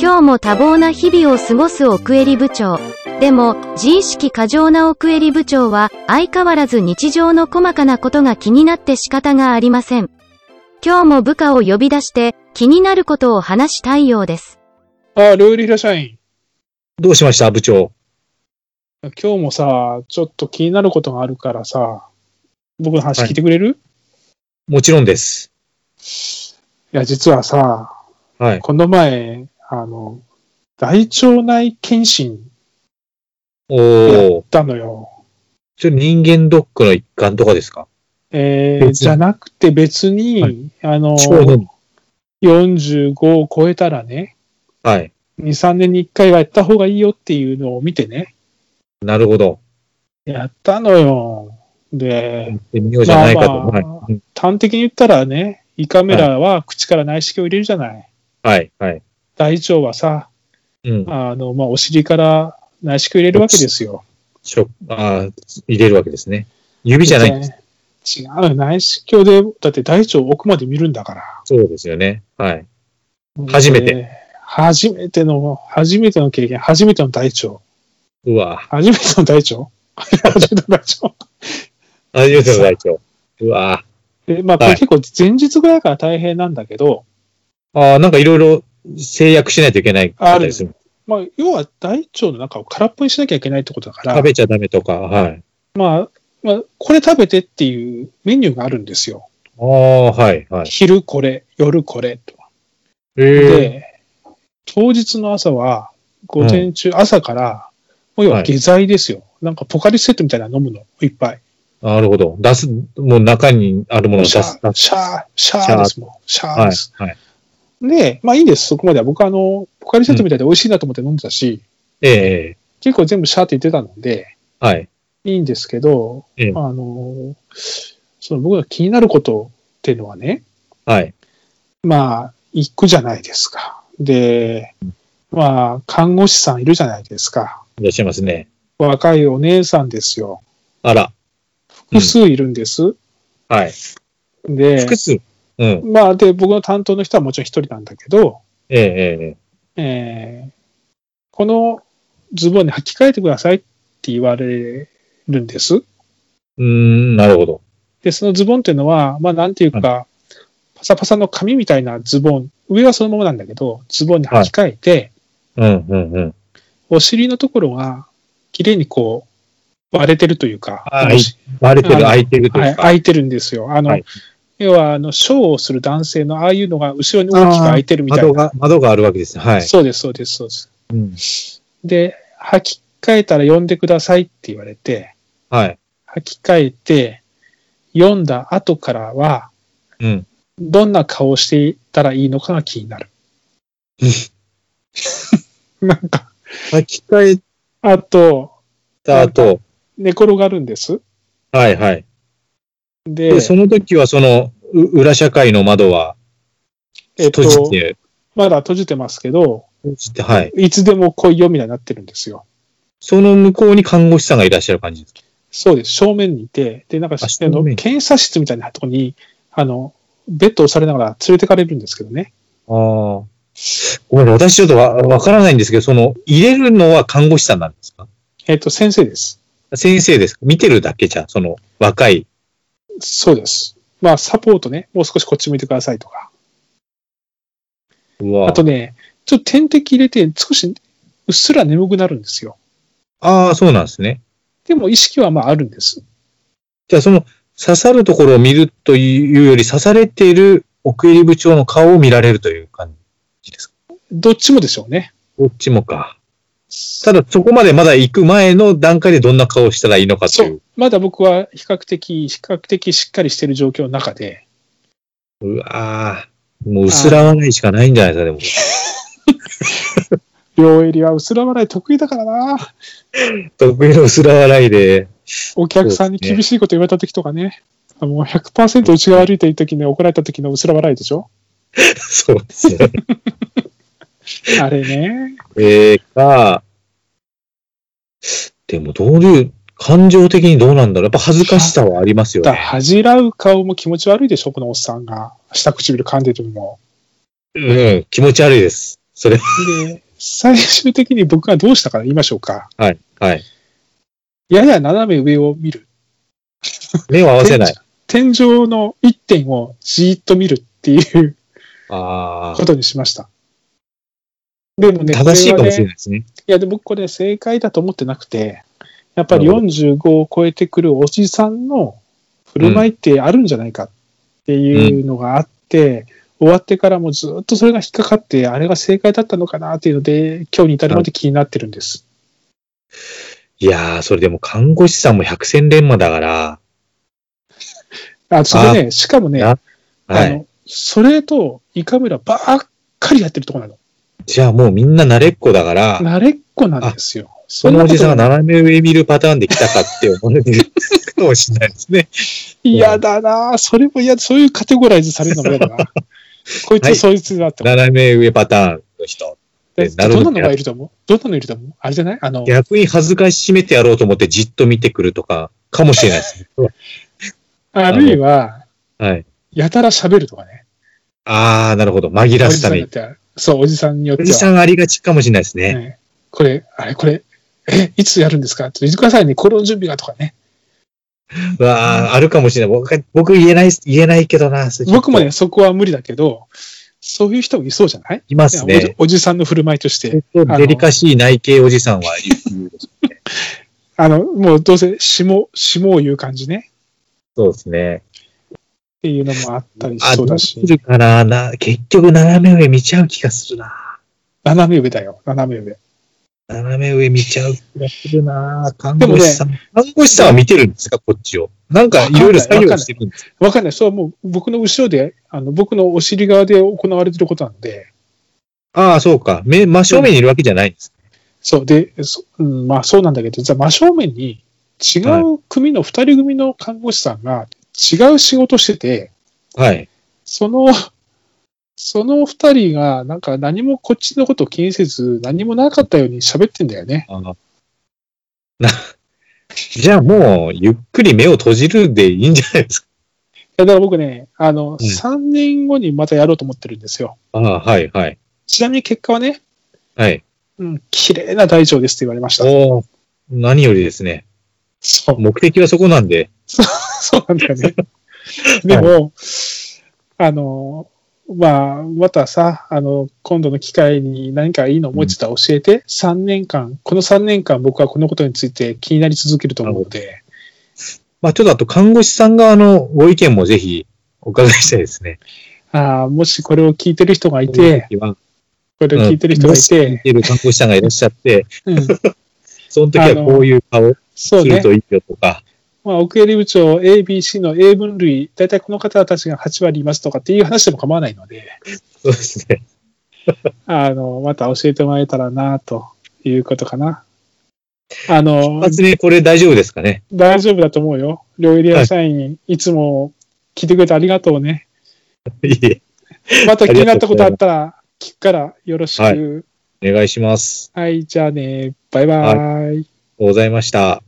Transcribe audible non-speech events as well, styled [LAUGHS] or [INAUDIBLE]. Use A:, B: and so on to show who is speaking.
A: 今日も多忙な日々を過ごす奥襟部長。でも、自意識過剰な奥襟部長は、相変わらず日常の細かなことが気になって仕方がありません。今日も部下を呼び出して、気になることを話したいようです。
B: あ、ルーリラ社員。
C: どうしました、部長。
B: 今日もさ、ちょっと気になることがあるからさ、僕の話聞いてくれる、い、
C: もちろんです。
B: や、実はさ、
C: はい。
B: この前、あの、大腸内検診
C: お
B: や
C: ー
B: っ。たのよ。
C: ちょっと人間ドックの一環とかですか
B: え
C: 別
B: ー、
C: に
B: じゃなくて別に、
C: は
B: あの、
C: 腸のみ。
B: 45を超えたらね、
C: はい。
B: 2、3年に1回はやった方がいいよっていうのを見てね、
C: なるほど。
B: やったのよ。で、
C: やってみようじゃないかと。
B: まあまあ
C: はいうん
B: 端的に言ったらね、胃カメラは口から内視鏡入れるじゃない。
C: はい。はい。
B: 大腸はさ、
C: うん。
B: あの、まあ、お尻から内視鏡入れるわけですよ。
C: しょあー入れるわけですね。指じゃない。
B: で違う、内視鏡で、だって大腸を奥まで見るんだから。
C: そうですよね。はい。初めて
B: で。初めての、初めての経験、初めての大腸。
C: うわ
B: 初めての大腸初めての大腸。
C: ぁ。初めての大腸。うわ
B: で、まあ、こ
C: は
B: れ
C: い
B: 結構前日ぐらいから大変なんだけど、
C: ぁ。あーなんかいろいろ制約しないといけない
B: あ
C: あ
B: る
C: れでする。
B: まあ、要は大腸の中を空っぽにしなきゃいけないってことだから、
C: 食べちゃダメとか。はい。
B: まあ、まあ、これ食べてっていうメニューがあるんですよ。
C: ああ、はい。はい。
B: 昼これ、夜これと。
C: ええ。
B: で、当日の朝は、午前中、朝から、もう要は下剤ですよ。なんかポカリスエットみたいなの飲むの、いっぱい。
C: なるほど。出す、もう中にあるものを出
B: シャ
C: す。
B: ー、
C: 出す
B: シャー、シャーですもん。シャー
C: は
B: で
C: い
B: す。。
C: はい。
B: で、まあいいんです、そこまでは。僕あの、ポカリスエットみたいで美味しいなと思って飲んでたし、
C: ええ。
B: 結構全部シャーって言ってたので、
C: はい。
B: いいんですけど、
C: ええ
B: あの、その僕が気になることっていうのはね、
C: はい。
B: まあ、行くじゃないですか。で、まあ、看護師さんいるじゃないですか。
C: いらっしゃいますね。
B: 若いお姉さんですよ。
C: あら。
B: 複数いるんです。
C: はい。
B: で、
C: 複数。うん。
B: まあ、で、僕の担当の人はもちろん一人なんだけど、
C: ええええ
B: えーこのズボンに履き替えてくださいって言われるんです。
C: うーん、なるほど。
B: で、そのズボンっていうのは、まあ、なんていうか、パサパサの紙みたいなズボン、上はそのままなんだけど、ズボンに履き替えて、
C: うん、うん、うん。
B: お尻のところが、綺麗にこう、割れてるというか、
C: はい
B: あのし
C: バレて
B: あの
C: る、空いてると
B: は
C: いう
B: い、
C: か。
B: 開いてるんですよ。あの、
C: はい
B: 要は、あの、ショーをする男性のああいうのが後ろに大きく開いてるみたいな
C: 窓。が、窓があるわけですね。はい。
B: そうです、そうです、そうです。
C: うん、
B: で、履き替えたら呼んでくださいって言われて、
C: はい。
B: 履き替えて、読んだ後からは、
C: うん。
B: どんな顔をしていたらいいのかが気にな
C: [LAUGHS]
B: る。なんか、
C: 書き換え
B: あと、
C: た後、
B: 寝転がるんです。
C: はい、はい。
B: で、
C: で、その時は、その、う裏社会の窓は
B: えっと
C: 閉、じて、
B: まだ閉じてますけど、
C: 閉じて、はい。
B: いつでも来いよみたいになってるんですよ。
C: その向こうに看護師さんがいらっしゃる感じですか。
B: そうです。正面にいて、で、なんか、あ
C: あ正
B: の
C: 面
B: 検査室みたいなとこに、あの、ベッドを押されながら連れてかれるんですけどね。
C: ああ。ごめん、私ちょっとわ、わからないんですけど、その、入れるのは看護師さんなんですか
B: えっ、と、先生です。
C: 先生ですか見てるだけじゃん、その、若い。
B: そうです。まあ、サポートね、もう少しこっち向いてくださいとか。
C: うわ
B: あとね、ちょっと点滴入れて、少しうっすら眠くなるんですよ。
C: ああ、そうなんですね。
B: でも、意識はまああるんです。
C: じゃあその刺さるところを見るというより刺されている奥入部長の顔を見られるという感じですか
B: どっちもでしょうね。
C: どっちもか。ただそこまでまだ行く前の段階でどんな顔をしたらいいのかと
B: そ
C: いう
B: う。。まだ僕は比較的、比較的しっかりしてる状況の中で、
C: うわぁ。もう薄ら笑いしかないんじゃないですか、
B: 両襟は薄ら笑い得意だからな。
C: でも。得意の薄ら笑いで。 [LAUGHS]
B: お客さんに
C: そうですね
B: 厳しいこと言われた時とかね。もう100%内側歩いている時に怒られた時の薄ら笑いでしょ
C: そうですね。
B: あれね。
C: ええか、でもどういう、感情的にどうなんだろう。やっぱ恥ずかしさはありますよ
B: だ
C: ね。
B: 恥じらう顔も気持ち悪いでしょ、このおっさんが。下唇噛んでても。
C: うん、気持ち悪いです。それは。
B: で、最終的に僕がどうしたか言いましょうか。
C: はい。はい。
B: やや斜め上を見る。
C: 目を合わせ
B: [LAUGHS]
C: ない。
B: 天井の一点をじーっと見るっていう
C: あ
B: こ
C: あ。
B: とにしました。でもね、
C: 正しいかもしれ
B: い。
C: ないですね。
B: いや、で僕これ正解だと思ってなくて、やっぱり
C: なるほ
B: 45を超えてくるおじさんの振る舞いってあるんじゃないかっていうのがあって、終わってからもずっとそれが引っかかって、あれが正解だったのかなっていうので、今日に至るまで気になってるんです。
C: いやー、それでも看護師さんも百戦錬磨だから。
B: あ、それね、しかもね、
C: なは
B: あ
C: い。
B: の、それとイカメラばっかりやってるとこなの。
C: じゃあもうみんな慣れっこだから、
B: 慣れっこなんですよ。そ
C: そのおじさんが
B: ん
C: 斜め上見るパターンで来たかって思ってるかもしれないです
B: [LAUGHS]
C: ね。
B: 嫌だなぁそれも嫌だそういうカテゴライズされるのも嫌だな
C: [LAUGHS]
B: こいつ、
C: はい
B: そいつだって。
C: 斜め上パターンの人。
B: で
C: なる
B: ど
C: ほ
B: ん
C: ど
B: なのがいると思うどんなのいると思うあれじゃないあの、
C: 逆に恥ずかしめてやろうと思ってじっと見てくるとか、かもしれないですね。
B: [LAUGHS] あるいは、
C: はい。
B: やたら喋るとかね。
C: あー、なるほど。紛
B: お
C: ら
B: じ
C: す
B: さ
C: た
B: んに
C: め
B: よっ
C: に。
B: ては。そう、おじさんによっては。
C: おじさんありがちかもしれないですね。
B: ねこれ、あれ、これ、え、いつやるんですかちょっと言ってくださいね。この準備がとかね。
C: わあ、あるかもしれない。僕、僕言えない、言えないけどな。それちょっと
B: 僕もね、そこは無理だけど、そういう人もいそうじゃない
C: いま
B: いや
C: す
B: おじ
C: ね。
B: おじさんの振る舞いとして。
C: ちょっとデリカシー内系おじさんはいる。
B: あの、もうどうせ、下、下を言う感じね。
C: そうですね。
B: っていうのもあったりし
C: あ、
B: そ
C: ど
B: う
C: う
B: だ
C: す
B: し。
C: るかなな。結局、斜め上見ちゃう気がするな。
B: 斜め上だよ、斜め上。
C: 斜め上見ちゃう気がするな。看
B: でも
C: 護
B: ね
C: 師さん、看護師さんは見てるんですか、こっちを。なんか、いろいろ作業してるんですか
B: わかんない。それはもう僕の後ろで、あの、僕のお尻側で行われてることなんで、
C: ああ、そうか。目、真正面にいるわけじゃないんです。
B: そう、で、そうん、まあそうなんだけど、実は真正面に違う組の二人組の看護師さんが違う仕事してて、
C: はい。
B: その、 [LAUGHS] その二人がなんか何もこっちのことを気にせず、何もなかったように喋ってんだよね。
C: あのな、 [LAUGHS] じゃあもう、ゆっくり目を閉じるでいいんじゃないですか。
B: いやだから僕ね、あの、
C: うん
B: 3年後にまたやろうと思ってるんですよ。
C: ああ、はい、はい。
B: ちなみに結果はね、
C: はい。
B: うん、綺麗な大腸ですって言われました。
C: おー何よりですね。
B: そう。
C: 目的はそこなんで。
B: [LAUGHS] そうなんだよね。でも、あの、まあ、またさ、あの、今度の機会に何かいいの思いついたら教えて、3年間、この3年間僕はこのことについて気になり続けると思うので、
C: まあ、ちょっとあと、看護師さん側のご意見もぜひお伺いしたいですね。
B: ああもしこれを聞いてる人がいて、
C: 今、
B: これを聞いてる人がいて、
C: いる看護師さんがいらっしゃって、
B: うん、
C: その時はこういう顔
B: [LAUGHS] そう
C: する
B: ね。
C: といいよとか、
B: まあ、奥襟部長 ABC の A 分類、大体この方たちが8割いますとかっていう話でも構わないので、
C: そうですね。
B: あの、また教えてもらえたらな、ということかな。あ
C: 一
B: の、
C: 発目これ大丈夫ですかね。
B: 大丈夫だと思うよ。料理屋社員、い、つも聞いてくれてありがとうね。
C: いえ
B: また気になったことあったら聞くからよろしく。
C: はお願いします。
B: はい、じゃあね。バイバイ。
C: ありがとうございました。